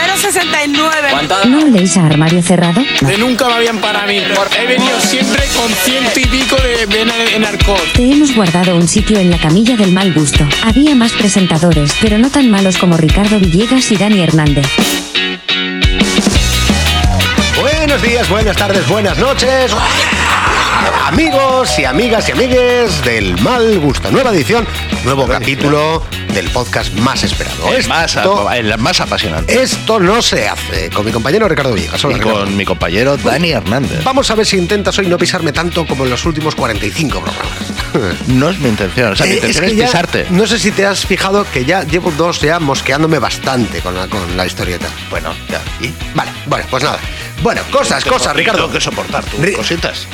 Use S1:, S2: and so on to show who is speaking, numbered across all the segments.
S1: 69.
S2: ¿No oléis a armario cerrado?
S3: De nunca me habían para mí. He venido siempre con ciento y pico de vena en arcos.
S2: Te hemos guardado un sitio en la camilla del mal gusto. Había más presentadores, pero no tan malos como Ricardo Villegas y Dani Hernández.
S4: Buenos días, buenas tardes, buenas noches. Amigos y amigas y amigues del mal gusto. Nueva edición, nuevo capítulo del podcast más esperado.
S5: El
S4: Esto-
S5: más, a- el más apasionante.
S4: Esto no se hace con mi compañero Ricardo Villegas. Hola,
S5: y
S4: Ricardo.
S5: con mi compañero Dani Hernández.
S4: Vamos a ver si intentas hoy no pisarme tanto como en los últimos 45 programas.
S5: No es mi intención, o sea, mi
S4: Eh, es
S5: intención
S4: que
S5: es,
S4: ya-
S5: pisarte.
S4: No sé si te has fijado que ya llevo dos ya mosqueándome bastante con la, con la historieta.
S5: Bueno, ya. ¿Y?
S4: Vale, bueno, pues nada. Bueno, cosas, cosas, Ricardo.
S5: Tengo que soportar tus
S4: Ri-
S5: cositas.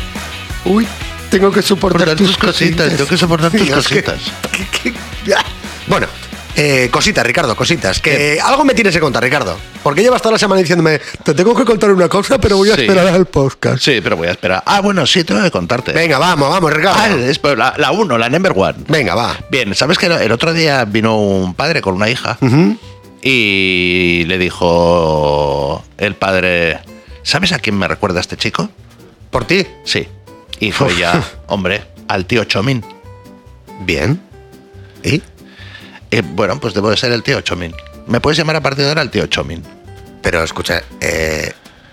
S4: Uy, tengo que soportar
S5: Soportar tus cositas, tengo que soportar tus
S4: Dios, que-
S5: cositas.
S4: que- que- ah. Bueno, eh, cositas, Ricardo, cositas. Que algo me tienes que contar, Ricardo. Porque llevas toda la semana diciéndome, te tengo que contar una cosa, pero voy a
S5: Sí.
S4: esperar al podcast.
S5: Sí, pero voy a esperar. Ah, bueno, sí, tengo que contarte.
S4: Venga, vamos, vamos, Ricardo.
S5: Ah, es por la, la uno, la number one.
S4: Venga, va.
S5: Bien, ¿sabes que el otro día vino un padre con una hija y le dijo el padre, ¿sabes a quién me recuerda este chico?
S4: ¿Por ti?
S5: Sí. Y fue ya, hombre, al tío Chomín.
S4: Bien. ¿Y?
S5: Eh, bueno, pues debo de ser el tío Chomín. Me puedes llamar a partir de ahora el tío Chomín.
S4: Pero escucha, eh,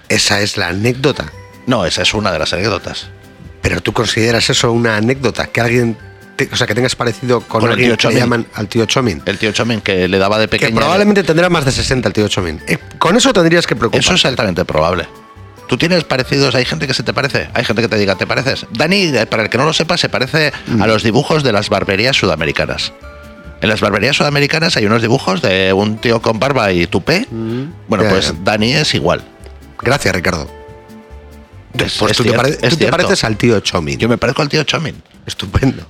S4: esa es la anécdota.
S5: No, esa es una de las anécdotas.
S4: Pero tú consideras eso una anécdota, que alguien, te- o sea, que tengas parecido con,
S5: Con el
S4: alguien
S5: tío
S4: que le
S5: Chomin.
S4: llaman al tío Chomin.
S5: El tío Chomín que le daba de
S4: Que
S5: pequeño.
S4: probablemente tendrá más de 60 el tío Chomin. Eh, con eso tendrías que preocuparte.
S5: Eso es altamente probable. ¿Tú tienes parecidos? ¿Hay gente que se te parece? ¿Hay gente que te diga, te pareces? Dani, eh, para el que no lo sepa, se parece
S4: Mm.
S5: a los dibujos de las barberías sudamericanas. En las barberías sudamericanas hay unos dibujos de un tío con barba y tupé. Bueno,
S4: Mm. Ya,
S5: pues
S4: ya.
S5: Dani es igual.
S4: Gracias, Ricardo.
S5: Es-
S4: Pues
S5: es
S4: tú, te,
S5: cier-
S4: pare-
S5: es
S4: tú te
S5: cierto.
S4: pareces al tío Chomin.
S5: Yo me parezco al tío Chomin.
S4: Estupendo.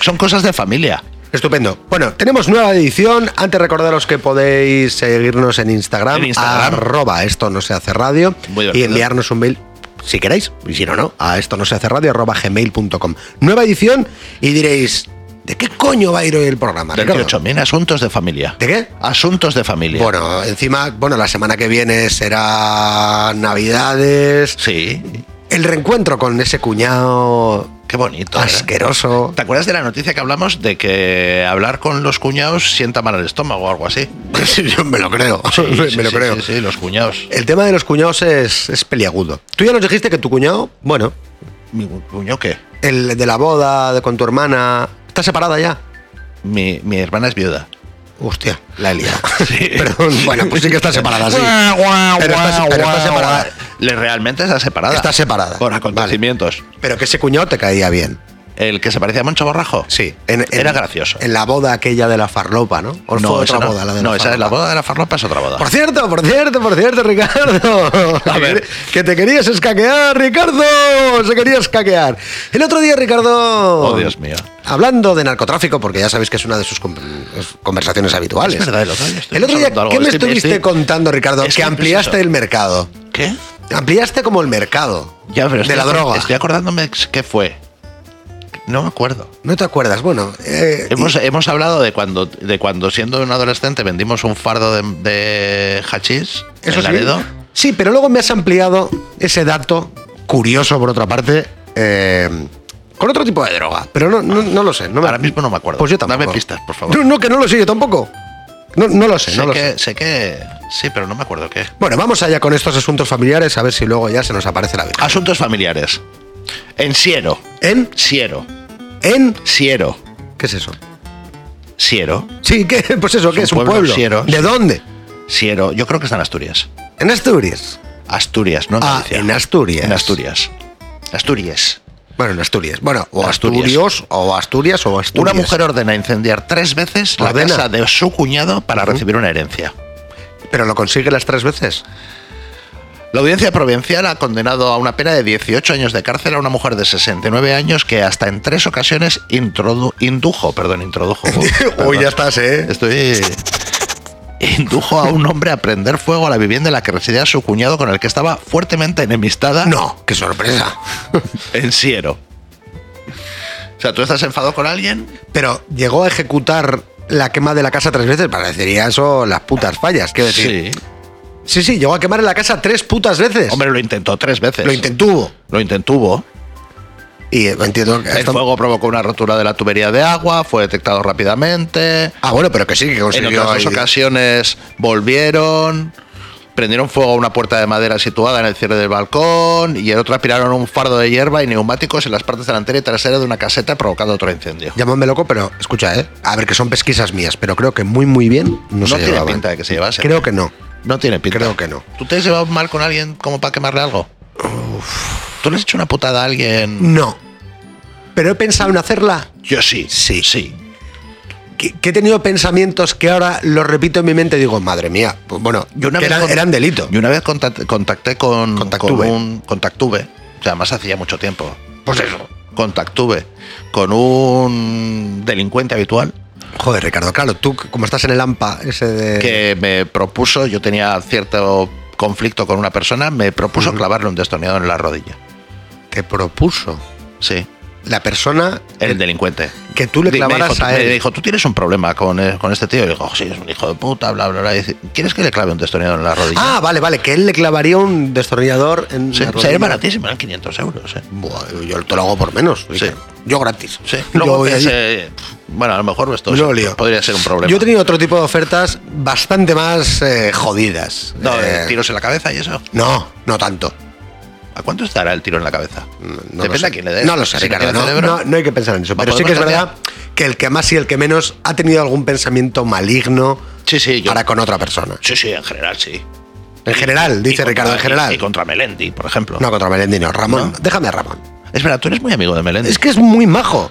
S5: Son cosas de familia.
S4: Estupendo. Bueno, tenemos nueva edición. Antes recordaros que podéis seguirnos en Instagram,
S5: En Instagram.
S4: arroba esto no se hace radio
S5: Muy
S4: y
S5: divertido.
S4: enviarnos un mail si queréis, y si no, no, a esto no se hace radio arroba gmail.com. Nueva edición y diréis, ¿de qué coño va a ir hoy el programa?
S5: Del
S4: Ricardo?
S5: tío Chomin, asuntos de familia.
S4: Ah, ¿De qué?
S5: Asuntos de familia.
S4: Bueno, encima, bueno, la semana que viene será Navidades,
S5: Sí,
S4: el reencuentro con ese cuñado
S5: qué
S4: Ah,
S5: bonito. ¿verdad?
S4: asqueroso.
S5: ¿Te acuerdas de la noticia que hablamos de que hablar con los cuñados sienta mal al estómago o algo así?
S4: Yo me lo creo, me
S5: Sí,
S4: lo
S5: sí,
S4: creo.
S5: Sí, sí, los cuñados.
S4: El tema de los cuñados es, es peliagudo. Tú ya nos dijiste que tu cuñado, bueno,
S5: ¿Mi cuñado qué?
S4: el de la boda de- con tu hermana, está separada ya.
S5: Mi, mi hermana es viuda.
S4: Hostia, la he liado.
S5: Sí.
S4: Pero, bueno, pues sí que está separada, sí.
S5: Guau, guau,
S4: Pero está-
S5: guau,
S4: pero está
S5: guau,
S4: separada.
S5: guau. Le- realmente está separada.
S4: Está separada.
S5: Por
S4: Vale.
S5: acontecimientos.
S4: Pero que ese cuñado te caía bien.
S5: El que se parecía a Moncho Borrajo.
S4: Sí. En- en-
S5: Era gracioso.
S4: En la boda aquella de la farlopa, ¿no? ¿O fue
S5: esa
S4: otra
S5: no.
S4: boda, la de
S5: No,
S4: la
S5: esa es la
S4: farlopa?
S5: boda de la farlopa, es otra boda.
S4: Por cierto, por cierto, por cierto, Ricardo.
S5: A ver.
S4: Que te querías escaquear, Ricardo. Se quería escaquear. El otro día, Ricardo.
S5: Oh, Dios mío.
S4: Hablando de narcotráfico, porque ya sabéis que es una de sus com- conversaciones habituales.
S5: Es verdad, el otro día
S4: El otro
S5: estuvimos
S4: día,
S5: hablando algo.
S4: ¿qué me
S5: Estoy-
S4: estuviste
S5: estoy-
S4: contando, Ricardo?
S5: Es
S4: que
S5: que
S4: ampliaste
S5: preciso.
S4: el mercado.
S5: ¿Qué?
S4: Ampliaste como el mercado
S5: Ya, pero
S4: de
S5: estoy-
S4: la droga.
S5: Estoy acordándome qué fue. No me acuerdo.
S4: No te acuerdas. Bueno, eh,
S5: Hemos, hemos hablado de cuando, de cuando siendo un adolescente vendimos un fardo de, de hachís
S4: Eso
S5: en
S4: sí.
S5: Laredo.
S4: Sí, pero luego me has ampliado ese dato curioso, por otra parte, eh, con otro tipo de droga. Pero no, no, no lo sé. No me-
S5: Ahora mismo no me acuerdo.
S4: Pues yo tampoco.
S5: Dame pistas, por favor.
S4: No, no, que no lo sé yo tampoco. No, no lo sé,
S5: sé,
S4: no lo
S5: que,
S4: sé.
S5: sé que. Sí, pero no me acuerdo qué.
S4: Bueno, vamos allá con estos asuntos familiares a ver si luego ya se nos aparece la vida.
S5: Asuntos familiares. En Siero.
S4: ¿En?
S5: Siero.
S4: ¿En?
S5: Siero.
S4: ¿Qué es eso?
S5: Siero.
S4: Sí, ¿qué? pues eso, ¿qué es?
S5: Es
S4: Un
S5: un
S4: pueblo.
S5: pueblo, Sieros.
S4: ¿De dónde?
S5: Siero. Yo creo que está en Asturias.
S4: En Asturias.
S5: Asturias, ¿no? en
S4: Ah,
S5: Galicia.
S4: en Asturias.
S5: En Asturias. Asturias.
S4: Bueno, en Asturias. Bueno, o
S5: Asturias.
S4: Asturias, o Asturias, o Asturias.
S5: Una mujer ordena incendiar tres veces la
S4: Ordena.
S5: casa de su cuñado para recibir una herencia.
S4: Pero lo consigue las tres veces.
S5: La audiencia provincial ha condenado a una pena de 18 años de cárcel a una mujer de 69 años que hasta en tres ocasiones introdu- indujo, perdón, introdujo.
S4: Uy,
S5: perdón.
S4: ya estás, ¿eh?
S5: Estoy... Indujo a un hombre a prender fuego a la vivienda en la que residía su cuñado con el que estaba fuertemente enemistada
S4: No, qué sorpresa.
S5: en Siero. O sea, tú estás enfadado con alguien,
S4: Pero llegó a ejecutar la quema de la casa tres veces, parecería eso las putas fallas. Quiero decir,
S5: Sí.
S4: Sí, sí, llegó a quemar en la casa tres putas veces.
S5: Hombre, lo intentó tres veces.
S4: lo intentó.
S5: Lo intentó.
S4: Y eh, entiendo que.
S5: El
S4: esto-
S5: fuego provocó una rotura de la tubería de agua, fue detectado rápidamente.
S4: Ah, bueno, pero que sí, que
S5: En
S4: consiguió.
S5: otras dos
S4: ahí-
S5: ocasiones volvieron, prendieron fuego a una puerta de madera situada en el cierre del balcón y en otra aspiraron un fardo de hierba y neumáticos en las partes delantera y trasera de una caseta provocando otro incendio.
S4: Llámame loco, pero escucha, ¿eh? A ver, que son pesquisas mías, pero creo que muy, muy bien no,
S5: No,
S4: se
S5: tiene
S4: llevaban.
S5: pinta de que se llevase.
S4: Creo que no.
S5: no tiene pinta.
S4: creo que no.
S5: ¿Tú te has llevado mal con alguien como para quemarle algo? ¿Tú le has hecho una putada a alguien?
S4: No. Pero he pensado en hacerla,
S5: Yo sí.
S4: Mm, Sí.
S5: Sí.
S4: que, que he tenido pensamientos que ahora los repito en mi mente y digo, madre mía, pues bueno,
S5: Yo una
S4: que
S5: vez
S4: eran,
S5: con-
S4: eran delito.
S5: Y una vez contacté, contacté con,
S4: Contactuve.
S5: con un contactuve, o sea, más hacía mucho tiempo.
S4: Pues eso.
S5: Contactuve con un delincuente habitual
S4: Joder, Ricardo, claro, tú como estás en el AMPA ese de...
S5: que me propuso, yo tenía cierto conflicto con una persona, me propuso clavarle un destornillador en la rodilla.
S4: Te propuso
S5: Sí,
S4: la persona
S5: el delincuente.
S4: que tú le
S5: Di- me
S4: clavaras
S5: dijo,
S4: a
S5: me
S4: él.
S5: dijo, tú tienes un problema con, eh, con este tío. Y digo, sí, es un hijo de puta, bla, bla, bla. Y dice, ¿quieres que le clave un destornillador en la rodilla?
S4: Ah, vale, vale, que él le clavaría un destornillador en
S5: sí,
S4: la rodilla.
S5: sería baratísimo, eran 500 euros. eh.
S4: Buah, yo te lo hago por menos. dije. Yo gratis.
S5: Sí,
S4: Yo
S5: luego
S4: voy allí.
S5: pensé, pf, bueno, a lo mejor esto
S4: Menudo
S5: sí,
S4: lío.
S5: podría ser un problema.
S4: Yo he tenido otro tipo de ofertas bastante más eh, jodidas.
S5: No,
S4: Eh,
S5: eh, tiros en la cabeza y eso.
S4: no, no tanto.
S5: ¿A cuánto estará el tiro en la cabeza?
S4: No lo
S5: Depende
S4: sé.
S5: a quién le des.
S4: No lo sé,
S5: Si le
S4: Ricardo.
S5: queda
S4: No,
S5: cerebro.
S4: no- no hay que pensar en eso.
S5: ¿No
S4: Pero sí que es
S5: podemos
S4: verdad que el que más y el que menos ha tenido algún pensamiento maligno
S5: Sí, sí, yo.
S4: para con otra persona.
S5: Sí, sí, en general sí.
S4: En general,
S5: Y
S4: dice
S5: contra-
S4: Ricardo, en
S5: y-
S4: general.
S5: Y, contra Melendi, por ejemplo.
S4: No, contra Melendi no. Ramón,
S5: No.
S4: déjame a Ramón.
S5: Es verdad, tú eres muy amigo de Melendi.
S4: Es que es muy majo.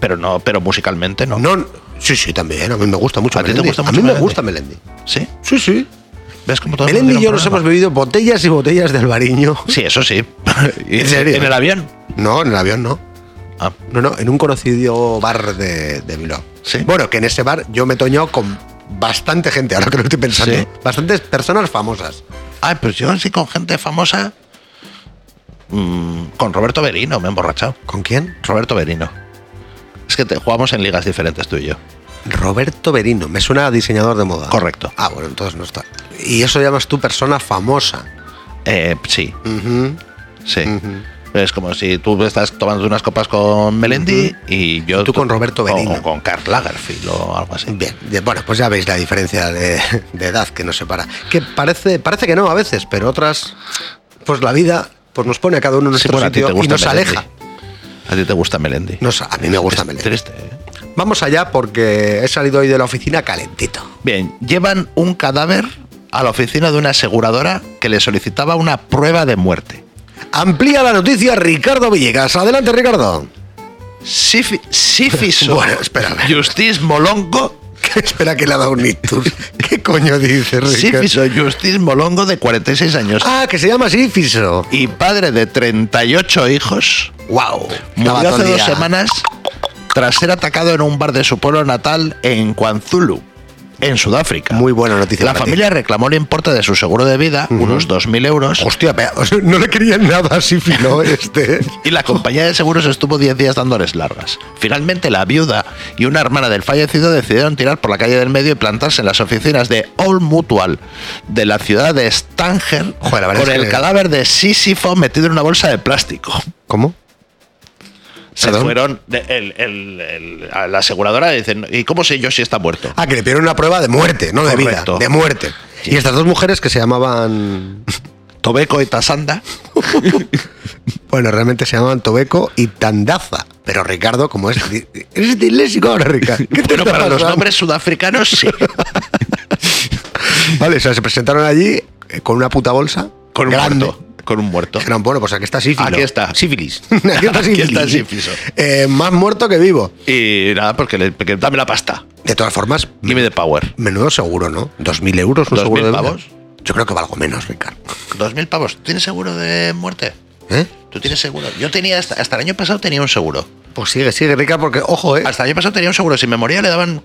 S5: Pero no, pero musicalmente no.
S4: No, sí, sí, también. A mí me gusta mucho
S5: ¿A ti te
S4: Melendi.
S5: gusta
S4: a
S5: mucho
S4: mí me
S5: Melendi?
S4: gusta Melendi.
S5: ¿Sí?
S4: Sí, sí.
S5: ¿Ves como todo el mundo
S4: Melendi y
S5: tiene
S4: yo
S5: un
S4: nos hemos
S5: problema?
S4: bebido botellas y botellas del bariño.
S5: Sí, eso sí. ¿Y
S4: ¿En serio?
S5: ¿En el avión?
S4: No, en el avión no.
S5: Ah,
S4: No, no, en un conocido bar de, de Bilbao.
S5: Sí.
S4: Bueno, que en ese bar yo me toñó con bastante gente, ahora que lo estoy pensando.
S5: Sí.
S4: Bastantes personas famosas.
S5: Ah,
S4: pues
S5: pero yo sí con gente famosa. mm, con Roberto Berino me he emborrachado.
S4: ¿Con quién?
S5: Roberto Berino. Es que te, jugamos en ligas diferentes tú y yo.
S4: Roberto Berino. Me suena a diseñador de moda.
S5: Correcto.
S4: Ah, bueno, entonces no está. Y eso llamas tú persona famosa.
S5: Eh, sí,
S4: Ujú.
S5: sí. Es como si tú estás tomando unas copas con Melendi y yo.
S4: Tú con Roberto
S5: con-
S4: Benigno.
S5: O con Karl Lagerfeld o algo así.
S4: Bien, de- bueno, pues ya veis la diferencia de, de edad que nos separa. Que parece, parece que no a veces, pero otras, pues la vida pues nos pone a cada uno en
S5: Sí,
S4: nuestro
S5: bueno, a ti
S4: sitio
S5: te
S4: y
S5: gusta
S4: nos
S5: Melendi.
S4: aleja.
S5: A ti te gusta Melendi.
S4: Nos- a mí me gusta Melendi.
S5: Triste, ¿eh?
S4: Vamos allá porque he salido hoy de la oficina calentito.
S5: Bien, llevan un cadáver a la oficina de una aseguradora que le solicitaba una prueba de muerte.
S4: Amplía la noticia Ricardo Villegas. Adelante, Ricardo.
S5: Sifi- Sifiso.
S4: Bueno, espérame.
S5: Justice Molongo.
S4: Espera que le ha dado un ictus. ¿Qué coño dice Ricardo?
S5: Sifiso Justice Molongo de 46 años
S4: Ah, que se llama sífiso.
S5: y padre de 38 hijos.
S4: Wow.
S5: Murió hace dos semanas tras ser atacado en un bar de su pueblo natal en Kwanzulu, en Sudáfrica.
S4: Muy buena noticia
S5: La
S4: para ti.
S5: familia reclamó el importe de su seguro de vida, unos 2.000 euros,
S4: Hostia, pe- o sea, no le querían nada a sífilo este.
S5: y la compañía de seguros estuvo 10 días dándoles largas. Finalmente, la viuda y una hermana del fallecido decidieron tirar por la calle del medio y plantarse en las oficinas de All Mutual de la ciudad de Stanger
S4: Joder, la verdad
S5: con
S4: es
S5: el
S4: que-
S5: cadáver de Sísifo metido en una bolsa de plástico.
S4: ¿Cómo?
S5: Se
S4: Perdón.
S5: fueron. de- el- el- el- a la aseguradora dicen: ¿Y cómo sé yo si está muerto?
S4: Ah, que le pidieron una prueba de muerte, no de
S5: Correcto.
S4: vida, de muerte. Y estas dos mujeres que se llamaban.
S5: Tobeco y Tasanda.
S4: Bueno, realmente se llamaban Tobeco y Tandaza. Pero Ricardo, como es. di- Eres disléxico ahora, Ricardo. ¿Qué te
S5: Bueno,
S4: está
S5: para los
S4: pasando?
S5: nombres sudafricanos sí.
S4: Vale, o sea, se presentaron allí eh, con una puta bolsa.
S5: Con un
S4: grande.
S5: muerto. Con un muerto.
S4: Dijeron, bueno, pues aquí está sífilis.
S5: Aquí está. Sífilis.
S4: aquí está sífilis.
S5: Aquí está sífilis.
S4: Eh, más muerto que vivo.
S5: Y nada, porque le- porque dame la pasta.
S4: De todas formas,
S5: Give me the power.
S4: menudo seguro, ¿no? Dos mil euros un
S5: 2.000
S4: seguro de vida.
S5: pavos.
S4: Yo creo que valgo menos, Ricardo.
S5: Dos mil pavos. ¿Tú ¿Tienes seguro de muerte?
S4: ¿Eh?
S5: ¿Tú tienes seguro? Yo tenía, hasta, hasta el año pasado tenía un seguro.
S4: Pues sigue, sigue, Ricardo, porque, ojo, ¿eh?
S5: Hasta el año pasado tenía un seguro. Si me moría le daban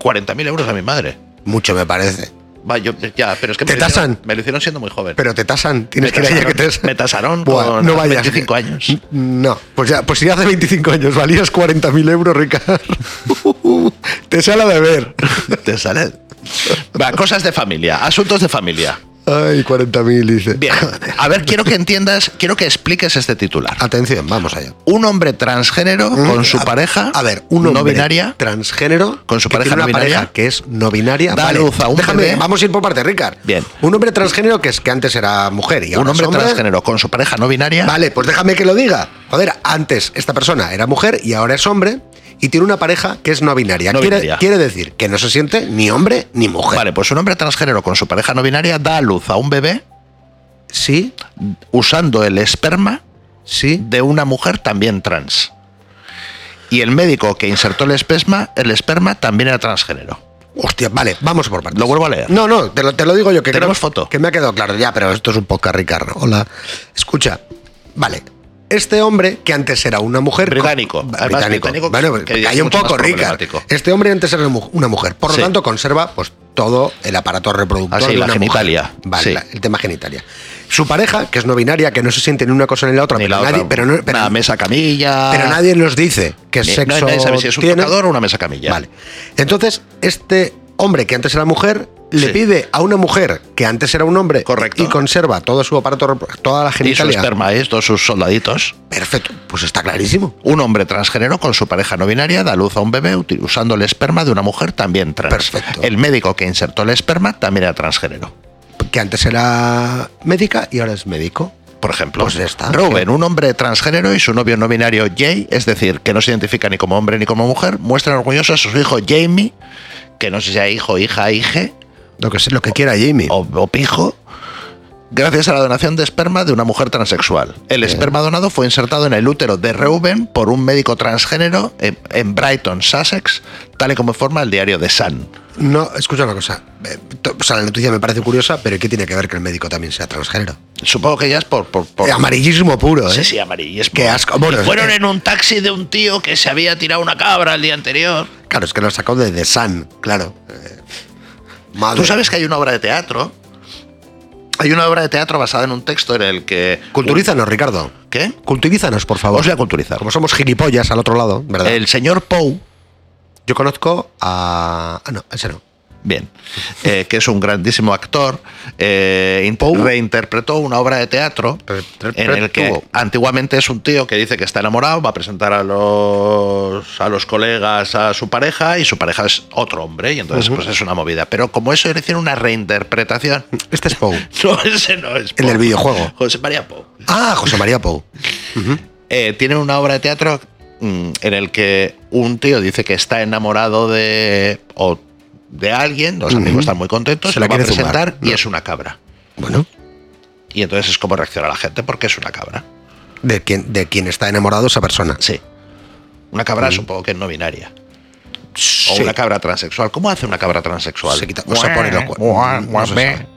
S5: 40.000 euros a mi madre.
S4: Mucho me parece.
S5: Va, yo, ya, pero es que
S4: ¿Te
S5: me, lo hicieron,
S4: tasan?
S5: me lo hicieron siendo muy joven.
S4: Pero te tasan, tienes
S5: Me
S4: que ir allá que
S5: tasaron-
S4: te tasan.
S5: me tasaron
S4: Buah,
S5: con
S4: no vayas.
S5: 25 años.
S4: N- No, pues ya, pues si hace 25 años valías 40.000 euros, Ricardo. te sale a beber.
S5: Te sale. Va, cosas de familia, asuntos de familia.
S4: Ay, 40.000, dice.
S5: Bien. A ver, quiero que entiendas, quiero que expliques este titular.
S4: Atención, vamos allá.
S5: Un hombre transgénero con su
S4: Mm, A-
S5: pareja,
S4: A ver, un hombre
S5: no binaria,
S4: transgénero
S5: con su
S4: que
S5: pareja
S4: tiene
S5: no
S4: una
S5: binaria.
S4: pareja que es no binaria.
S5: Da luz a un
S4: déjame,
S5: bebé.
S4: Vamos a ir por parte, Ricard.
S5: Bien.
S4: Un hombre transgénero que es que antes era mujer y ahora
S5: un
S4: es
S5: hombre transgénero con su pareja no binaria,
S4: Vale, pues déjame que lo diga. Joder, antes esta persona era mujer y ahora es hombre y tiene una pareja que es no binaria.
S5: No
S4: quiere,
S5: binaria.
S4: quiere decir que no se siente ni hombre ni mujer.
S5: Vale, pues un hombre transgénero con su pareja no binaria da a luz a un bebé
S4: Sí,
S5: usando el esperma
S4: sí.
S5: de una mujer también trans. Y el médico que insertó el esperma, el esperma también era transgénero.
S4: Hostia, vale, vamos por partes.
S5: Lo vuelvo a leer.
S4: No, no, te lo, te lo digo yo que
S5: Tenemos
S4: creo
S5: foto.
S4: Que me ha quedado claro ya, pero esto es un poco Ricardo. Hola. Escucha, vale. Este hombre, que antes era una mujer.
S5: Británico,
S4: co-
S5: además británico,
S4: bueno,
S5: que es
S4: hay un
S5: mucho
S4: poco
S5: más
S4: rica.
S5: problemático.
S4: Este hombre antes era mu- una mujer. Por lo
S5: Sí.
S4: tanto, conserva pues todo el aparato reproductor.
S5: Ah, sí,
S4: de
S5: la
S4: una mujer.
S5: genitalia.
S4: Vale,
S5: Sí.
S4: la- el tema genitalia. Su pareja, que es no binaria, que no se siente ni una cosa ni la otra,
S5: Ni
S4: pero,
S5: la
S4: nadie,
S5: otra,
S4: pero, no- pero-
S5: una mesa camilla.
S4: pero nadie nos dice qué
S5: Ni-
S4: sexo.
S5: nadie sabe si es un
S4: tiene.
S5: tocador o una mesa camilla.
S4: Vale. Entonces, este hombre que antes era mujer le
S5: Sí.
S4: pide a una mujer que antes era un hombre
S5: Correcto.
S4: y conserva todo su aparato, repro- toda la
S5: Y su
S4: genitalia.
S5: esperma es todos sus soldaditos.
S4: Perfecto, pues está clarísimo.
S5: Un hombre transgénero con su pareja no binaria da luz a un bebé uti- usando el esperma de una mujer también trans.
S4: Perfecto.
S5: El médico que insertó el esperma también era transgénero.
S4: Que antes era médica y ahora es médico.
S5: Por ejemplo,
S4: Pues ya está.
S5: Rubén, un hombre transgénero y su novio no binario Jay, es decir, que no se identifica ni como hombre ni como mujer, muestran orgullosos a su hijo Jamie, que no sé si sea hijo, hija, hije
S4: Lo que, se- lo que quiera Jamie.
S5: o, o pijo, gracias a la donación de esperma de una mujer transexual. El esperma donado fue insertado en el útero de Reuben por un médico transgénero en, en Brighton, Sussex, tal y como forma el diario The Sun.
S4: No, escucha una cosa. Eh, to- O sea, la noticia me parece curiosa, pero ¿qué tiene que ver que el médico también sea transgénero?
S5: Supongo que ya es por... por, por-
S4: Eh, Amarillismo puro, ¿eh?
S5: Sí, sí, amarillismo.
S4: Qué asco. Bueno,
S5: Y fueron
S4: eh,
S5: en un taxi de un tío que se había tirado una cabra el día anterior.
S4: Claro, es que lo sacó de The Sun, claro. Eh, Madre.
S5: Tú sabes que hay una obra de teatro. Hay una obra de teatro basada en un texto en el que.
S4: Culturízanos, Ricardo.
S5: ¿Qué?
S4: Culturízanos, por favor.
S5: Os voy a culturizar.
S4: Como somos gilipollas al otro lado, ¿verdad?
S5: El señor Poe,
S4: Yo conozco a. Ah, no, ese no.
S5: bien, eh, que es un grandísimo actor, eh, in- reinterpretó una obra de teatro
S4: Re- re-
S5: en el que
S4: retuvo.
S5: antiguamente es un tío que dice que está enamorado, va a presentar a los, a los colegas a su pareja y su pareja es otro hombre y entonces pues es una movida. Pero como eso le hicieron una reinterpretación,
S4: Este es Poe.
S5: no, ese no es
S4: El del
S5: Poe.
S4: videojuego.
S5: José María Poe.
S4: Ah, José María Pou.
S5: eh, tienen una obra de teatro mm, en el que un tío dice que está enamorado de o de alguien, los amigos están muy contentos,
S4: Se
S5: se
S4: la
S5: lo va a
S4: quiere zumbar.
S5: presentar y
S4: No.
S5: es una cabra.
S4: Bueno,
S5: Y entonces es como reacciona la gente porque es una cabra.
S4: de quien, de quien está enamorado esa persona.
S5: Sí. Una cabra supongo que es no binaria. O
S4: Sí.
S5: una cabra transexual. ¿Cómo hace una cabra transexual?
S4: Se quita- o se pone los cuer-
S5: Mua,
S4: no
S5: mua,
S4: se
S5: me.
S4: sabe.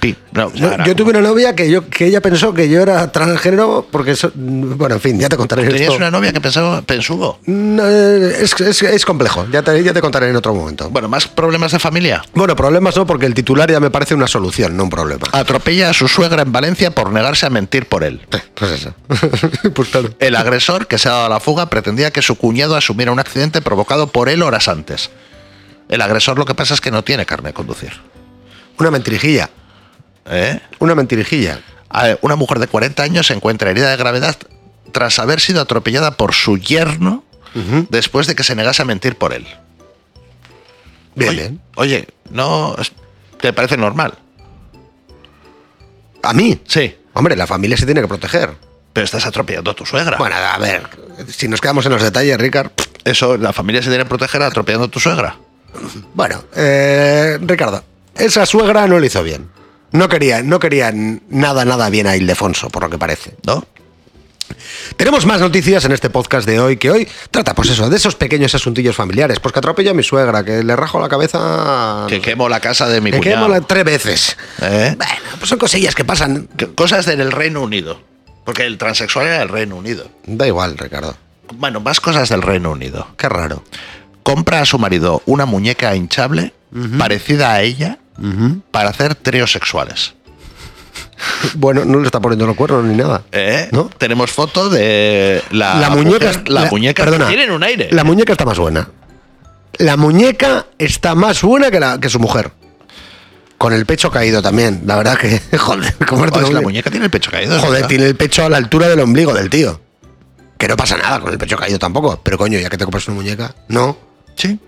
S5: Pi. No, o sea,
S4: No,
S5: era
S4: yo
S5: como-
S4: tuve una novia que, yo, que ella pensó que yo era transgénero porque. so- bueno, en fin, ya te contaré
S5: Tenías
S4: esto.
S5: una novia que pensaba pensugo.
S4: No, eh, es, es- es complejo, ya te, ya te contaré en otro momento.
S5: Bueno, más problemas de familia.
S4: Bueno, problemas no, porque el titular ya me parece una solución, no un problema.
S5: Ah. Atropella a su suegra en Valencia por negarse a mentir por él.
S4: Pues eso. pues claro.
S5: El agresor, que se ha dado a la fuga, pretendía que su cuñado asumiera un accidente provocado por él horas antes. El agresor lo que pasa es que no tiene carne de conducir.
S4: Una mentirijilla.
S5: ¿eh?
S4: Una mentirijilla.
S5: A ver, Una mujer de 40 años se encuentra herida de gravedad tras haber sido atropellada por su yerno después de que se negase a mentir por él.
S4: Bien,
S5: oye,
S4: bien.
S5: oye, no es- te parece normal.
S4: A mí.
S5: Sí.
S4: Hombre, la familia se tiene que proteger.
S5: Pero estás atropellando a tu suegra.
S4: Bueno, a ver, si nos quedamos en los detalles, Ricard.
S5: Eso, la familia se tiene que proteger atropellando a tu suegra.
S4: Bueno, eh, Ricardo, esa suegra no lo hizo bien. No quería, no quería nada, nada bien a Ildefonso, por lo que parece.
S5: ¿No?
S4: Tenemos más noticias en este podcast de hoy que hoy trata, pues eso, de esos pequeños asuntillos familiares. Pues que atropello a mi suegra, que le rajo la cabeza.
S5: Que quemo la casa de mi
S4: que
S5: cuñado.
S4: quemo la- tres veces.
S5: ¿Eh?
S4: Bueno, pues son cosillas que pasan.
S5: Que- Cosas del Reino Unido. Porque el transexual era del Reino Unido.
S4: Da igual, Ricardo.
S5: Bueno, más cosas del Reino Unido.
S4: Qué raro.
S5: Compra a su marido una muñeca hinchable parecida a ella para hacer tríos sexuales.
S4: Bueno, no le está poniendo los cuernos ni nada.
S5: ¿Eh?
S4: ¿No?
S5: Tenemos foto de Ah, la,
S4: la muñeca,
S5: mujer- la, muñeca
S4: perdona,
S5: tienen un aire.
S4: La muñeca está más buena. La muñeca está más buena que, la, que su mujer. Con el pecho caído también. La verdad que, joder, como
S5: Joder, es que la muñeca tiene el pecho caído. de
S4: Joder,
S5: verdad.
S4: tiene el pecho a la altura del ombligo del tío. Que no pasa nada con el pecho caído tampoco. Pero coño, ya que te compras una muñeca, no.
S5: Sí.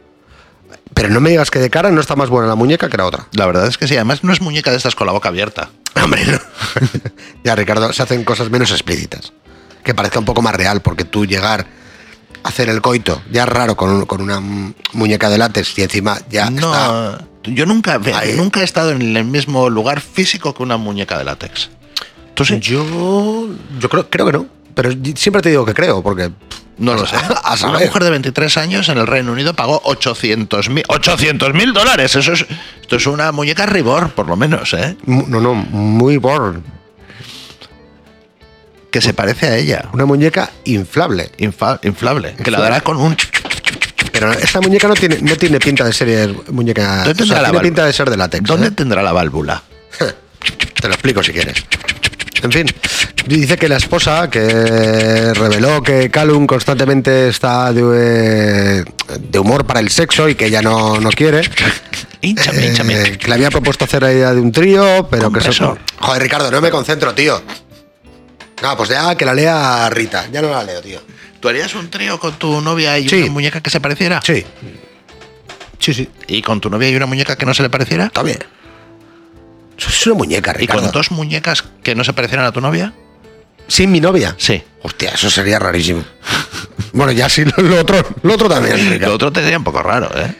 S4: Pero no me digas que de cara no está más buena la muñeca que la otra.
S5: La verdad es que sí. Además, no es muñeca de estas con la boca abierta.
S4: Hombre, no. ya, Ricardo, se hacen cosas menos explícitas. Que parezca un poco más real, porque tú llegar a hacer el coito ya es raro con, un- con una mu- muñeca de látex y encima ya
S5: no.
S4: Ah, está.
S5: Yo nunca, ve-
S4: Ay.
S5: nunca he estado en el mismo lugar físico que una muñeca de látex. ¿Tú sí?
S4: Yo, yo creo, creo que no. Pero siempre te digo que creo, porque. pff,
S5: No lo
S4: a-
S5: sé.
S4: A
S5: Una
S4: saber.
S5: mujer de 23 años en el Reino Unido pagó 800 mil dólares. Eso es, esto es una muñeca ribor, por lo menos, ¿eh?
S4: Mu- No, no, muy born.
S5: Que se parece a ella.
S4: Una muñeca inflable.
S5: Infa- inflable. Que la
S4: Inflable.
S5: dará con un...
S4: Pero esta muñeca no tiene, no tiene pinta de ser muñeca.
S5: ¿Dónde
S4: o sea,
S5: tendrá la
S4: tiene
S5: válvula?
S4: pinta de ser de látex.
S5: ¿Dónde
S4: ¿eh?
S5: tendrá la válvula?
S4: Te lo explico si quieres. En fin, dice que la esposa que reveló que Calum constantemente está de, eh, de humor para el sexo y que ella no, no quiere.
S5: Hinchame, hinchame.
S4: eh, que le había propuesto hacer la idea de un trío, pero
S5: Con
S4: que eso.
S5: peso.
S4: Joder, Ricardo, no me concentro, tío. No, pues ya que la lea Rita. Ya no la leo, tío.
S5: ¿Tú harías un trío con tu novia y
S4: Sí.
S5: una muñeca que se pareciera?
S4: Sí. Sí, sí.
S5: ¿Y con tu novia y una muñeca que no se le pareciera?
S4: Está bien. Eso es una muñeca,
S5: ¿Y
S4: Ricardo.
S5: con dos muñecas que no se parecieran a tu novia?
S4: Sin mi novia.
S5: Sí.
S4: Hostia, eso sería rarísimo. Bueno, ya sí, lo, lo otro, lo otro también.
S5: Lo
S4: Ricardo.
S5: otro te sería un poco raro, ¿eh?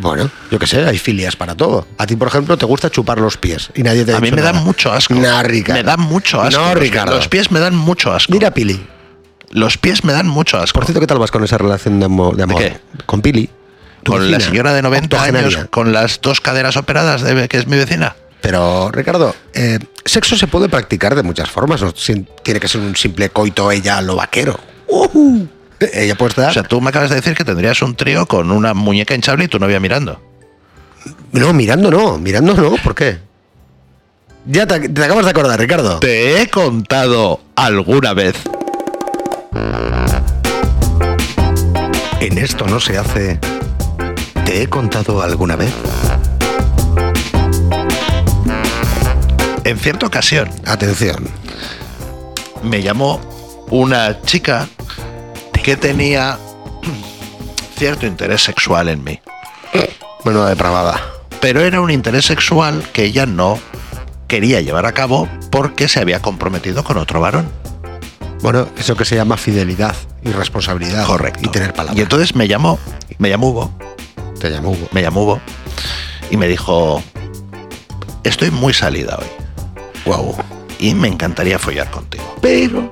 S4: Bueno, yo qué sé, hay filias para todo. A ti, por ejemplo, te gusta chupar los pies y nadie te ha
S5: A mí
S4: dicho
S5: me dan
S4: nada.
S5: mucho asco.
S4: Nah, Ricardo.
S5: Me dan mucho asco.
S4: No,
S5: Los-
S4: Ricardo.
S5: Los pies me dan mucho asco.
S4: Mira, Pili.
S5: Los pies me dan mucho asco.
S4: Por cierto, ¿qué tal vas con esa relación de, amo- de amor?
S5: qué?
S4: Con Pili. tu
S5: con la
S4: vecina,
S5: señora de 90 años,
S4: octogenaria.
S5: con las dos caderas operadas, de, que es mi vecina.
S4: Pero, Ricardo, eh, sexo se puede practicar de muchas formas. No sin- tiene que ser un simple coito ella lo vaquero. Ujú. Ella puede estar.
S5: O sea, tú me acabas de decir que tendrías un trío con una muñeca hinchable y tu novia mirando.
S4: no, mirando no, mirando no, ¿por qué? Ya te, te acabas de acordar, Ricardo.
S5: Te he contado alguna vez.
S4: En esto no se hace. ¿Te he contado alguna vez?
S5: En cierta ocasión,
S4: Atención.
S5: me llamó una chica que tenía cierto interés sexual en mí.
S4: Bueno, depravada.
S5: Pero era un interés sexual que ella no quería llevar a cabo porque se había comprometido con otro varón.
S4: Bueno, eso que se llama fidelidad y responsabilidad. Ah, Y tener palabra.
S5: Y entonces me llamó, me llamó Hugo,
S4: te llamo Hugo.
S5: me llamó Hugo y me dijo, estoy muy salida hoy
S4: Guau.
S5: y me encantaría follar contigo.
S4: Pero.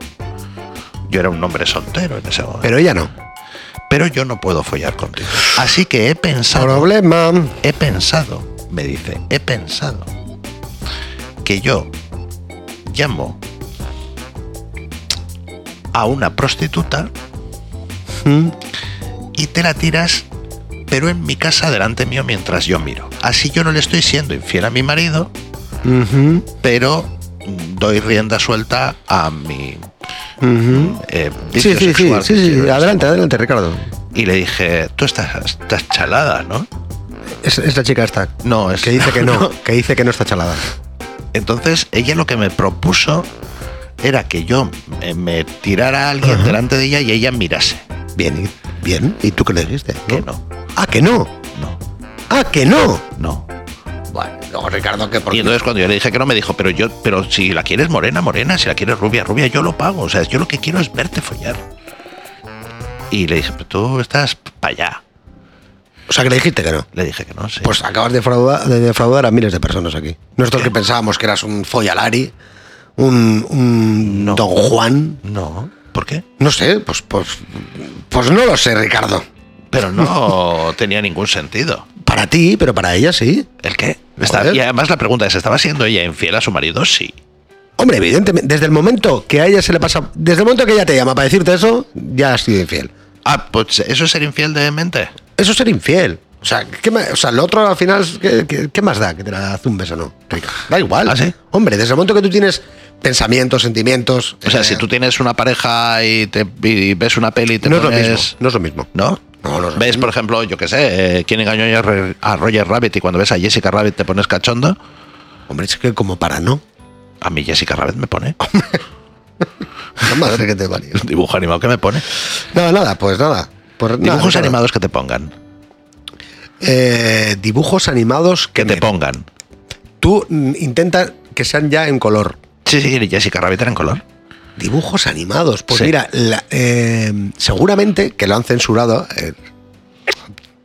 S5: Yo era un hombre soltero en ese momento. Pero,
S4: Pero ella no.
S5: yo no puedo follar contigo. Así que he pensado,
S4: Problema.
S5: he pensado, me dice, he pensado que yo llamo a una prostituta
S4: Mm.
S5: y te la tiras, pero en mi casa delante mío mientras yo miro. Así yo no le estoy siendo infiel a mi marido,
S4: Ujú,
S5: pero doy rienda suelta a mi
S4: ujú.
S5: eh,
S4: Sí,
S5: vicio
S4: sí, sí,
S5: sexual
S4: sí,
S5: que
S4: sí,
S5: quiero.
S4: Adelante, adelante, Ricardo.
S5: Y le dije, tú estás, estás chalada, ¿no?
S4: Es, es la chica esta.
S5: No, es
S4: Que dice que no, que dice que no está chalada.
S5: Entonces ella lo que me propuso era que yo eh, me tirara a alguien delante de ella y ella mirase.
S4: Bien, y- bien. ¿Y tú qué le dijiste?
S5: Que no,
S4: Ah, que no.
S5: no,
S4: Ah, que no.
S5: no.
S4: Bueno, luego Ricardo, que por
S5: Y entonces cuando yo le dije que no me dijo, pero yo, pero si la quieres morena, morena, si la quieres rubia, rubia, yo lo pago. O sea, yo lo que quiero es verte follar. Y le dije, pero tú estás para allá.
S4: O sea, que le dijiste que no.
S5: Le dije que no, sí.
S4: Pues acabas de defraudar, de defraudar a miles de personas aquí. Nosotros que pensábamos que eras un follalari, un, un
S5: No.
S4: don Juan.
S5: no. ¿Por qué?
S4: No sé, pues, pues, pues no lo sé, Ricardo.
S5: Pero no tenía ningún sentido.
S4: Para ti, pero para ella sí.
S5: ¿El qué? Está-
S4: Joder.
S5: y además la pregunta es, ¿estaba siendo ella infiel a su marido? Sí.
S4: Hombre, evidentemente, desde el momento que a ella se le pasa, desde el momento que ella te llama para decirte eso, ya has sido infiel.
S5: Ah, pues eso es ser infiel de mente.
S4: Eso es ser infiel. O sea, ¿qué ma- o sea, lo otro al final, ¿qué, qué- qué más da que te la zumbes o no? Rica? Da igual.
S5: ¿Ah, sí?
S4: Hombre, desde el momento que tú tienes pensamientos, sentimientos.
S5: O sea,
S4: eh,
S5: si tú tienes una pareja y, te, y ves una peli y te
S4: no
S5: pones...
S4: es lo mismo. No es lo mismo.
S5: ¿No?
S4: No, no es lo
S5: ¿Ves, por ejemplo, yo qué sé, eh, quién engañó a Ro- a Roger Rabbit y cuando ves a Jessica Rabbit te pones cachondo?
S4: Hombre, es que como para no.
S5: A mí Jessica Rabbit me pone.
S4: La madre que te parió.
S5: Dibujo animado que me pone.
S4: No, nada, pues nada. Pues nada,
S5: Dibujos
S4: nada.
S5: animados que te pongan.
S4: Eh, dibujos animados que,
S5: Que te
S4: me-
S5: pongan.
S4: Tú mm, intenta que sean ya en color.
S5: Sí, sí, y Jessica Rabbit era en color.
S4: Dibujos animados. Pues
S5: Sí.
S4: mira, la- eh, seguramente que lo han censurado. eh,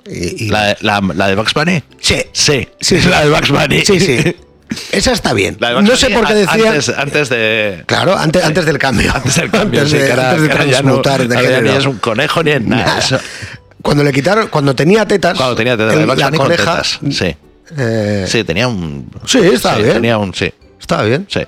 S4: y- y-
S5: ¿La, la, la de Bugs Bunny?
S4: Sí,
S5: Sí.
S4: Sí, sí.
S5: La de Bugs Bunny.
S4: sí, sí. Esa está bien.
S5: La de Bugs
S4: No sé
S5: Bunny
S4: por qué
S5: a-
S4: decía.
S5: Antes, antes de.
S4: Claro, antes, antes del cambio.
S5: Antes del cambio,
S4: Antes
S5: sí,
S4: de,
S5: que ahora-
S4: antes de
S5: que ahora ya no-
S4: transmutar de
S5: ahora ya ni
S4: género.
S5: es un conejo ni es nada.
S4: Nada.
S5: Eso-
S4: Cuando le quitaron, cuando tenía tetas.
S5: Cuando tenía tetas,
S4: el-
S5: de Bugs
S4: la
S5: Bunny con
S4: coneja,
S5: tetas, Sí.
S4: eh,
S5: Sí, tenía un.
S4: Sí, está bien.
S5: Tenía un. Sí.
S4: Está bien.
S5: Sí.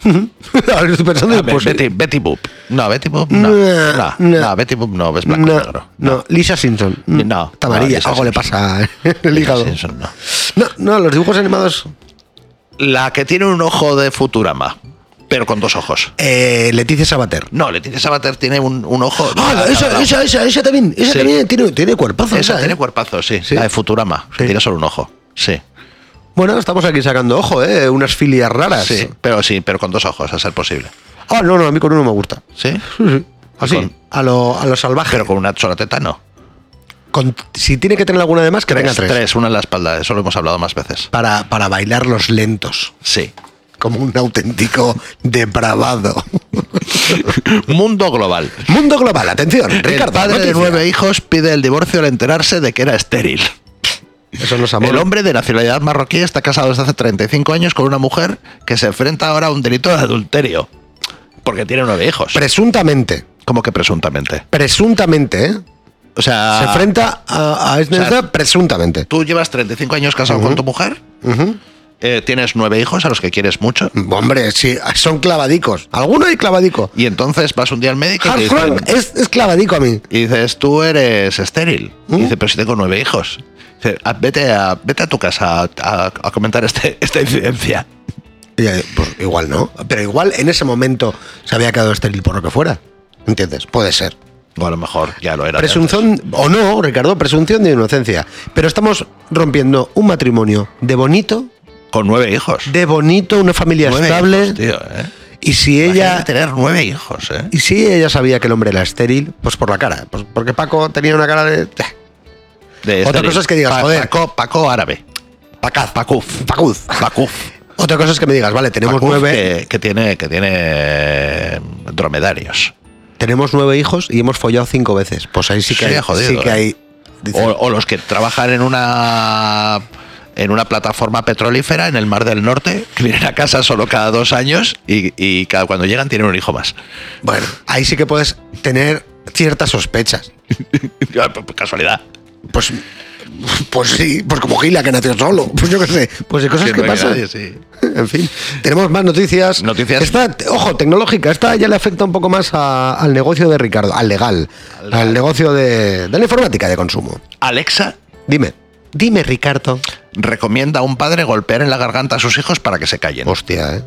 S4: Ahora estoy pensando
S5: Ah,
S4: en pues,
S5: Betty, Betty Boop. No, Betty Boop no.
S4: No,
S5: No,
S4: no.
S5: no, Betty Boop no, es blanco y
S4: No,
S5: negro.
S4: no, Lisa Simpson.
S5: No,
S4: Mm,
S5: no,
S4: Está amarilla,
S5: Lisa
S4: algo le
S5: Simpson.
S4: pasa eh, el hígado.
S5: Sí, eso no.
S4: No, no, los dibujos animados.
S5: La que tiene un ojo de Futurama, pero con dos ojos.
S4: Eh, Leticia Sabater.
S5: No, Leticia Sabater tiene un, un ojo.
S4: Ah, esa, esa, esa, esa también. Esa
S5: Sí.
S4: también tiene, tiene cuerpazo.
S5: Esa
S4: esa,
S5: tiene
S4: ¿eh?
S5: cuerpazo, sí.
S4: Sí.
S5: La de Futurama,
S4: Sí.
S5: que tiene solo un ojo. Sí.
S4: Bueno, estamos aquí sacando ojo, ¿eh? Unas filias raras.
S5: Sí, pero sí, pero con dos ojos, a ser posible.
S4: Ah, no, no, a mí con uno me gusta.
S5: Sí.
S4: Así,
S5: Con-
S4: a, lo, a lo salvaje.
S5: Pero con una sola teta no.
S4: Con- si tiene que tener alguna de más, que tenga
S5: Tres,
S4: tres.
S5: tres, una en la espalda, eso lo hemos hablado más veces.
S4: Para, para bailar los lentos.
S5: Sí.
S4: Como un auténtico depravado.
S5: Mundo global.
S4: Mundo global, atención. Ricardo,
S5: el padre de
S4: noticia.
S5: nueve hijos pide el divorcio al enterarse de que era estéril.
S4: Eso no es amor.
S5: El hombre de nacionalidad marroquí está casado desde hace 35 años con una mujer que se enfrenta ahora a un delito de adulterio. Porque tiene nueve hijos.
S4: Presuntamente.
S5: como que presuntamente.
S4: Presuntamente, ¿eh?
S5: O sea,
S4: Se enfrenta a, a esta
S5: o sea,
S4: presuntamente.
S5: tú llevas 35 años casado con tu mujer,
S4: Ujú. Mm.
S5: eh, tienes nueve hijos a los que quieres mucho,
S4: Hombre, sí, son clavadicos. Alguno hay clavadico.
S5: y entonces vas un día al médico y te dicen-
S4: Hardcore es, es clavadico a mí.
S5: y dices, tú eres estéril.
S4: ¿Mm?
S5: Y dice, pero si tengo nueve hijos. Dice, "Ah, vete, a, vete a tu casa a, a- a comentar este, esta incidencia.
S4: Y, eh, pues igual no. Pero igual en ese momento se había quedado estéril por lo que fuera. ¿Entiendes? Puede ser.
S5: O a lo mejor ya lo era. de
S4: Presunción, o no, Ricardo, presunción de inocencia. Pero estamos rompiendo un matrimonio de bonito,
S5: antes. Con nueve hijos.
S4: de bonito, una familia
S5: Nueve
S4: estable.
S5: hijos, tío, ¿eh?
S4: y si
S5: Ella
S4: ella
S5: tener nueve hijos, ¿eh?
S4: Y si ella sabía que el hombre era estéril, pues por la cara. Pues porque Paco tenía una cara de. eh,
S5: De
S4: Otra
S5: estéril.
S4: cosa es que digas, joder.
S5: Paco, Paco árabe.
S4: Pacaz.
S5: Pacuf.
S4: Pacuz.
S5: Pacuf.
S4: Otra cosa es que me digas, vale, tenemos
S5: Pacuf
S4: nueve.
S5: que, que tiene, que tiene eh, dromedarios.
S4: Tenemos nueve hijos y hemos follado cinco veces. Pues ahí sí que
S5: Sí,
S4: hay.
S5: jodido,
S4: sí que
S5: eh.
S4: hay.
S5: O,
S4: dice,
S5: o los que trabajan en una en una plataforma petrolífera en el Mar del Norte, que vienen a casa solo cada dos años y, y cada, cuando llegan tienen un hijo más.
S4: bueno, ahí sí que puedes tener ciertas sospechas.
S5: Casualidad.
S4: Pues. Pues sí, pues como Gila que nació solo. Pues yo qué sé. Pues de cosas
S5: Sí,
S4: que
S5: no hay
S4: pasan.
S5: nadie, sí.
S4: En fin, tenemos más noticias.
S5: Noticias.
S4: Esta, ojo, tecnológica. Esta ya le afecta un poco más a- al negocio de Ricardo, al legal, al, negocio de, de la informática de consumo.
S5: Alexa
S4: Dime, dime, Ricardo.
S5: recomienda a un padre golpear en la garganta a sus hijos para que se callen.
S4: Hostia, ¿eh?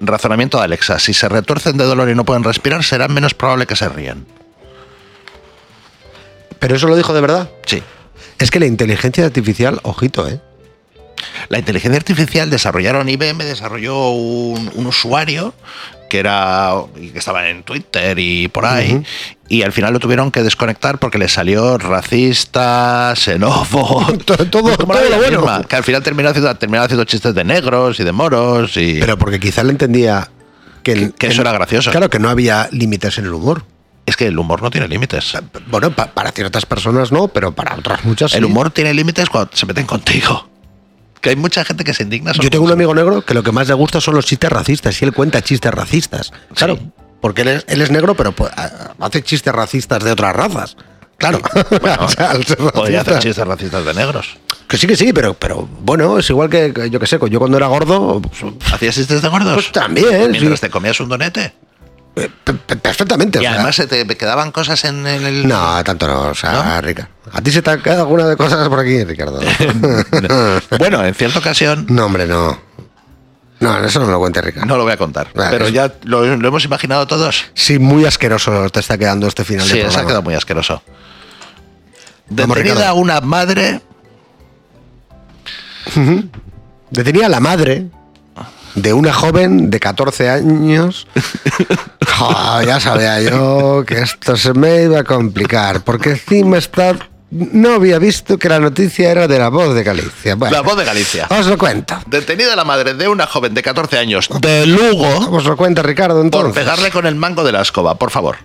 S5: Razonamiento de Alexa. Si se retuercen de dolor y no pueden respirar, será menos probable que se rían.
S4: Pero eso lo dijo de verdad.
S5: Sí.
S4: Es que la inteligencia artificial, ojito, ¿eh?
S5: La inteligencia artificial desarrollaron IBM, desarrolló un, un usuario que era y que estaba en Twitter y por ahí y al final lo tuvieron que desconectar porque le salió racista, xenófobo,
S4: Todo- todo-
S5: Como la
S4: todo lo
S5: vida
S4: bueno.
S5: misma, que al final terminó haciendo, terminó haciendo chistes de negros y de moros y
S4: Pero porque quizá le entendía que, el-
S5: Que- que eso era gracioso.
S4: Claro, que no había límites en el humor.
S5: es que el humor no tiene límites.
S4: Ah, Bueno, pa- para ciertas personas no, pero para otras muchas. sí.
S5: El humor tiene límites cuando se meten contigo. Que hay mucha gente que se indigna. solo
S4: Yo tengo
S5: con
S4: un amigo negro que lo que más le gusta son los chistes racistas y él cuenta chistes racistas. Claro, porque él es, él es negro, pero pues, a- hace chistes racistas de otras razas. Claro, O sea, al ser
S5: Podría hacer
S4: racista.
S5: chistes racistas de negros.
S4: que sí, que sí, pero, pero bueno, es igual que, que yo que sé, yo cuando era gordo, pues,
S5: ¿Hacías chistes de gordos?
S4: Pues también,
S5: Mientras
S4: sí.
S5: te comías un donete.
S4: eh, pe- pe- perfectamente. o
S5: Y
S4: sea,
S5: además se te quedaban cosas en el...
S4: no, tanto no, o sea,
S5: ¿No?
S4: Rica. ¿A ti se te ha quedado alguna de cosas por aquí, Ricardo?
S5: bueno, en cierta ocasión,
S4: no, hombre, no. No, eso no me lo cuente, Ricardo.
S5: no lo voy a contar,
S4: Vale.
S5: pero ya lo, lo hemos imaginado todos.
S4: Sí, muy asqueroso te está quedando este final
S5: Sí,
S4: de
S5: se ha
S4: programa.
S5: quedado muy asqueroso.
S4: Vamos,
S5: Detenida
S4: Ricardo.
S5: una madre
S4: Detenía a la madre de una joven de 14 años. Jo, ya sabía yo que esto se me iba a complicar, porque encima está... No había visto que la noticia era de la voz de Galicia. Bueno,
S5: La voz de Galicia.
S4: Os lo cuento.
S5: Detenida la madre de una joven de 14 años de Eh, Lugo
S4: Os lo cuenta Ricardo
S5: por
S4: entonces.
S5: pegarle con el mango de la escoba, por favor.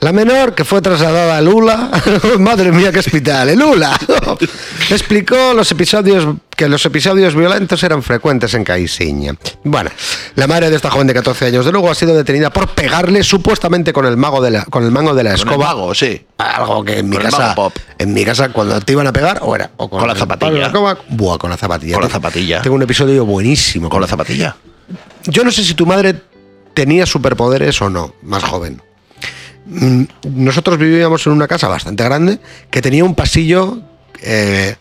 S4: La menor que fue trasladada a Lula, madre mía, qué hospital, el Lula, explicó los episodios que los episodios violentos eran frecuentes en Caixinha. Bueno, la madre de esta joven de 14 años de Lugo ha sido detenida por pegarle supuestamente con el mago de la, con el mango de la
S5: Con el
S4: escoba.
S5: mango, sí.
S4: Algo que en mi
S5: Con el
S4: casa,
S5: mago pop.
S4: en mi casa cuando te iban a pegar o era o
S5: Con la
S4: el
S5: zapatilla.
S4: palo de la escoba, buah, con la zapatilla.
S5: Con la zapatilla.
S4: Tengo un episodio buenísimo
S5: Con la zapatilla.
S4: yo no sé si tu madre tenía superpoderes o no, más joven. Mm, Nosotros vivíamos en una casa bastante grande que tenía un pasillo eh,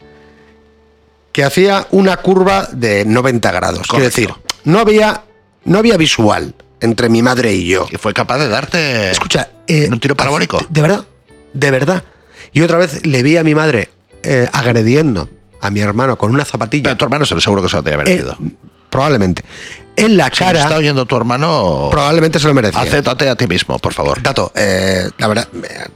S4: que hacía una curva de 90 grados. Quiero
S5: Correcto.
S4: decir, no había, no había visual entre mi madre y yo.
S5: Y fue capaz de darte.
S4: Escucha, eh,
S5: ¿Un tiro parabólico?
S4: De verdad, de verdad. Y otra vez le vi a mi madre eh, agrediendo a mi hermano con una zapatilla.
S5: Pero tu hermano se lo seguro que se lo tenía merecido.
S4: Eh, probablemente. En la
S5: Si me
S4: cara.
S5: está oyendo tu hermano,
S4: Probablemente se lo merecía.
S5: acéptate a ti mismo, por favor.
S4: Dato, eh, la verdad, eh,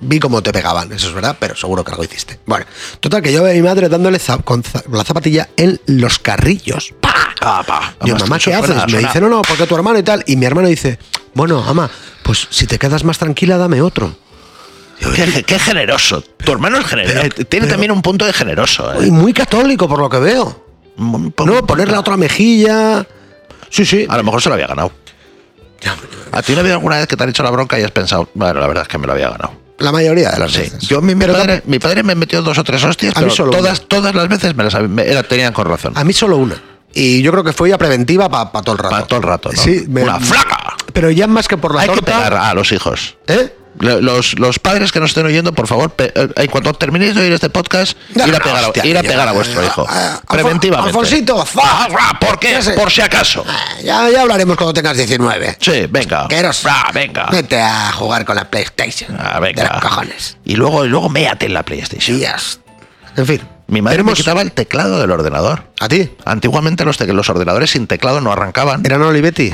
S4: vi cómo te pegaban, eso es verdad, pero seguro que algo hiciste. Bueno, total, que yo veo a mi madre dándole za- con za- la zapatilla en los carrillos. ¡Pah!
S5: Ah, pa.
S4: Digo,
S5: Además,
S4: mamá, ¿qué
S5: suena-
S4: haces? Me
S5: suena-
S4: dice, no, no, porque tu hermano y tal. Y mi hermano dice, bueno, ama, pues si te quedas más tranquila, dame otro.
S5: Qué, qué generoso. Tu hermano es generoso.
S4: Pero-
S5: Eh, Tiene
S4: pero-
S5: también un punto de generoso. eh.
S4: Y muy católico, por lo que veo.
S5: Un poco-
S4: No, poner la otra mejilla. Sí, sí.
S5: A lo mejor se lo había ganado. ¿A ti no ha habido alguna vez que te han hecho la bronca y has pensado, bueno, la verdad es que me lo había ganado?
S4: La mayoría de las
S5: Sí.
S4: veces.
S5: Yo, mi, mi
S4: Pero
S5: padre, mi padre me metió dos o tres hostias,
S4: A mí
S5: pero
S4: solo
S5: todas, todas las veces me las hab- me- la tenían con razón.
S4: A mí solo una. Y yo creo que fue ya preventiva para todo el rato.
S5: Para todo el rato. ¿no?
S4: Sí, me-
S5: Una flaca.
S4: Pero ya más que por la
S5: Hay que
S4: torta.
S5: pegar a los hijos.
S4: ¿Eh?
S5: Lo- Los, los padres que nos estén oyendo, por favor, pe- eh, en cuanto terminéis de oír este podcast,
S4: No,
S5: ir a
S4: no,
S5: pegar, a-
S4: hostia,
S5: ir a,
S4: que
S5: pegar
S4: yo-
S5: a vuestro
S4: eh,
S5: hijo.
S4: eh, Alfon-
S5: preventivamente.
S4: Alfonsito, fa-
S5: Ah, ¿Por qué?
S4: Ya sé.
S5: Por si acaso.
S4: Eh, Ya, ya hablaremos cuando tengas 19.
S5: Sí, venga.
S4: Asqueroso.
S5: Ah, venga.
S4: Vete a jugar con la PlayStation.
S5: Ah, venga.
S4: De los cojones.
S5: Y luego, y luego méate en la PlayStation.
S4: Días. En fin.
S5: Mi madre me
S4: tenemos- Ah.
S5: quitaba el teclado del ordenador.
S4: ¿A ti?
S5: Antiguamente los, te- los ordenadores sin teclado no arrancaban.
S4: ¿Eran Olivetti?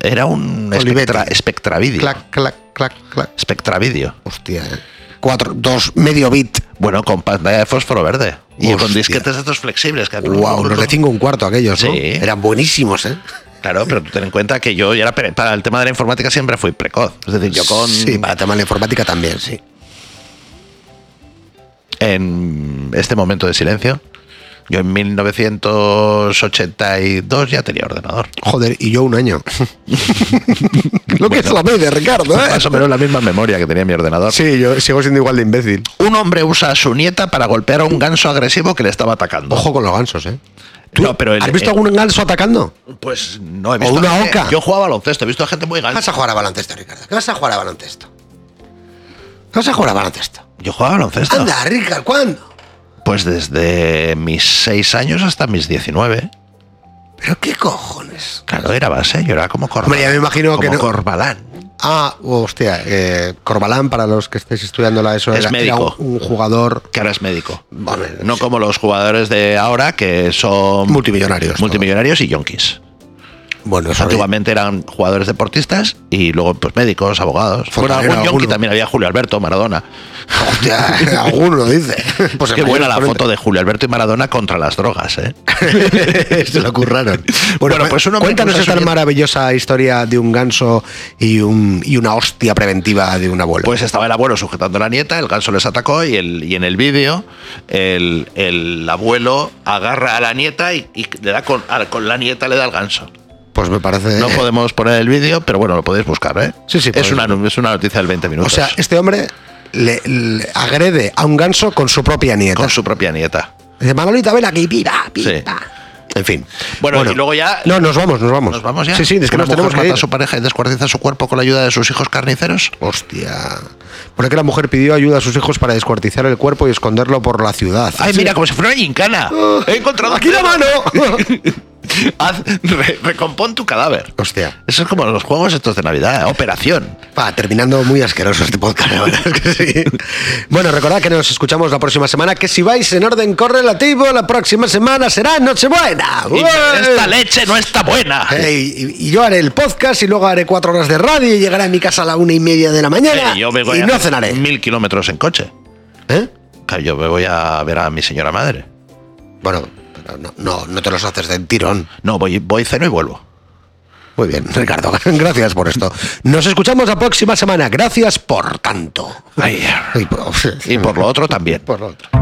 S5: Era un
S4: Olivetti.
S5: espectra, espectravideo.
S4: Clac, clac, clac, clac.
S5: Espectravideo.
S4: Hostia. eh. Cuatro, dos, medio bit.
S5: Bueno, con pantalla de fósforo verde. Y con
S4: Hostia.
S5: disquetes estos flexibles. Que
S4: Wow, los de cinco un cuarto aquellos, ¿no?
S5: Sí.
S4: Eran buenísimos, ¿eh?
S5: Claro, pero tú ten en cuenta que yo ya era pre- para el tema de la informática siempre fui precoz. Es decir, yo con
S4: Sí, para tomar la informática también, sí.
S5: en este momento de silencio, yo en 1982 ya tenía ordenador.
S4: Joder, y yo un año. Lo que es la media, Ricardo, ¿eh?
S5: Más o menos la misma memoria que tenía mi ordenador.
S4: Sí, yo sigo siendo igual de imbécil.
S5: Un hombre usa a su nieta para golpear a un ganso agresivo que le estaba atacando.
S4: Ojo con los gansos, ¿eh? ¿Tú
S5: No, pero el-
S4: ¿Has visto
S5: el-
S4: algún ganso atacando?
S5: Pues no he
S4: O
S5: visto.
S4: una
S5: gente-
S4: oca.
S5: Yo jugaba baloncesto, he visto a gente muy gansa.
S4: Vas a jugar a baloncesto, Ricardo. ¿Qué vas a jugar a baloncesto? ¿Qué vas a jugar a baloncesto?
S5: Yo jugaba baloncesto.
S4: Anda, Ricardo, ¿cuándo?
S5: Pues desde mis 6 años hasta mis 19.
S4: ¿Pero qué cojones?
S5: Claro, era base, yo era como Corbalán.
S4: Hombre, ya me imagino que
S5: como
S4: no-
S5: Corbalán.
S4: Ah, hostia, eh, Corbalán, para los que estéis estudiando la ESO,
S5: Es
S4: era, era
S5: médico.
S4: un, un jugador...
S5: Que ahora es médico.
S4: Vale,
S5: No como los jugadores de ahora que son
S4: Multimillonarios, todo.
S5: multimillonarios y yonkis.
S4: Bueno, eso
S5: Antiguamente eran jugadores deportistas y luego pues médicos, abogados. Bueno,
S4: Fontanero,
S5: algún yonki
S4: alguno.
S5: también había Julio Alberto, Maradona.
S4: Hostia, alguno lo dice. Pues
S5: Qué
S4: el
S5: buena
S4: mayor
S5: la
S4: exponente.
S5: foto de Julio Alberto y Maradona contra las drogas, ¿eh?
S4: Se lo curraron.
S5: Bueno, pues uno me
S4: cuéntanos
S5: puso
S4: esta
S5: subiendo-
S4: maravillosa historia de un ganso y, un, y una hostia preventiva de un abuelo.
S5: Pues estaba el abuelo sujetando a la nieta, el ganso les atacó y, el, y en el vídeo el, el abuelo agarra a la nieta y, y le da con, a- con la nieta le da al ganso.
S4: Pues me parece...
S5: No podemos poner el vídeo, pero bueno, lo podéis buscar, ¿eh?
S4: Sí, sí,
S5: Es
S4: podéis.
S5: una, nu- es una noticia del 20
S4: o
S5: minutos.
S4: sea, este hombre le, le agrede a un ganso con su propia nieta.
S5: con su propia nieta.
S4: Dice, Manolita, ven aquí, pipa, pipa.
S5: Sí.
S4: En fin.
S5: Bueno, y luego ya-
S4: No, nos vamos, nos vamos.
S5: ¿Nos vamos ya?
S4: Sí, sí, es que
S5: Una
S4: nos tenemos
S5: mujer
S4: que
S5: mata
S4: ir.
S5: a su pareja y descuartiza su cuerpo con la ayuda de sus hijos carniceros.
S4: Hostia. Por que la mujer pidió ayuda a sus hijos para descuartizar el cuerpo y esconderlo por la ciudad.
S5: ¡Ay,
S4: Sí. Ah,
S5: mira, como si fuera una gincana! ¡He encontrado
S4: ¡Aquí la mano!
S5: Haz- re- recompón tu cadáver.
S4: Hostia.
S5: Eso es como los juegos estos de Navidad, ¿eh? Operación.
S4: Va, terminando muy asqueroso este podcast, la verdad es que sí. Bueno, recordad que nos escuchamos la próxima semana, que si vais en orden correlativo, la próxima semana será Nochebuena.
S5: Y
S4: ¡Ué!
S5: esta leche no está buena.
S4: Eh, y, y yo haré el podcast y luego haré cuatro horas de radio y llegaré a mi casa a la una y media de la mañana
S5: Eh, yo me voy
S4: y
S5: a
S4: no
S5: hacer
S4: cenaré.
S5: Mil kilómetros en coche.
S4: ¿Eh?
S5: Claro, Yo me voy a ver a mi señora madre.
S4: Bueno, pero no, no, no te los haces de tirón.
S5: No, voy, voy ceno y vuelvo.
S4: Muy bien, Ricardo, gracias por esto. Nos escuchamos la próxima semana. Gracias por tanto.
S5: Ay,
S4: Y por,
S5: y por lo otro también.
S4: por lo otro.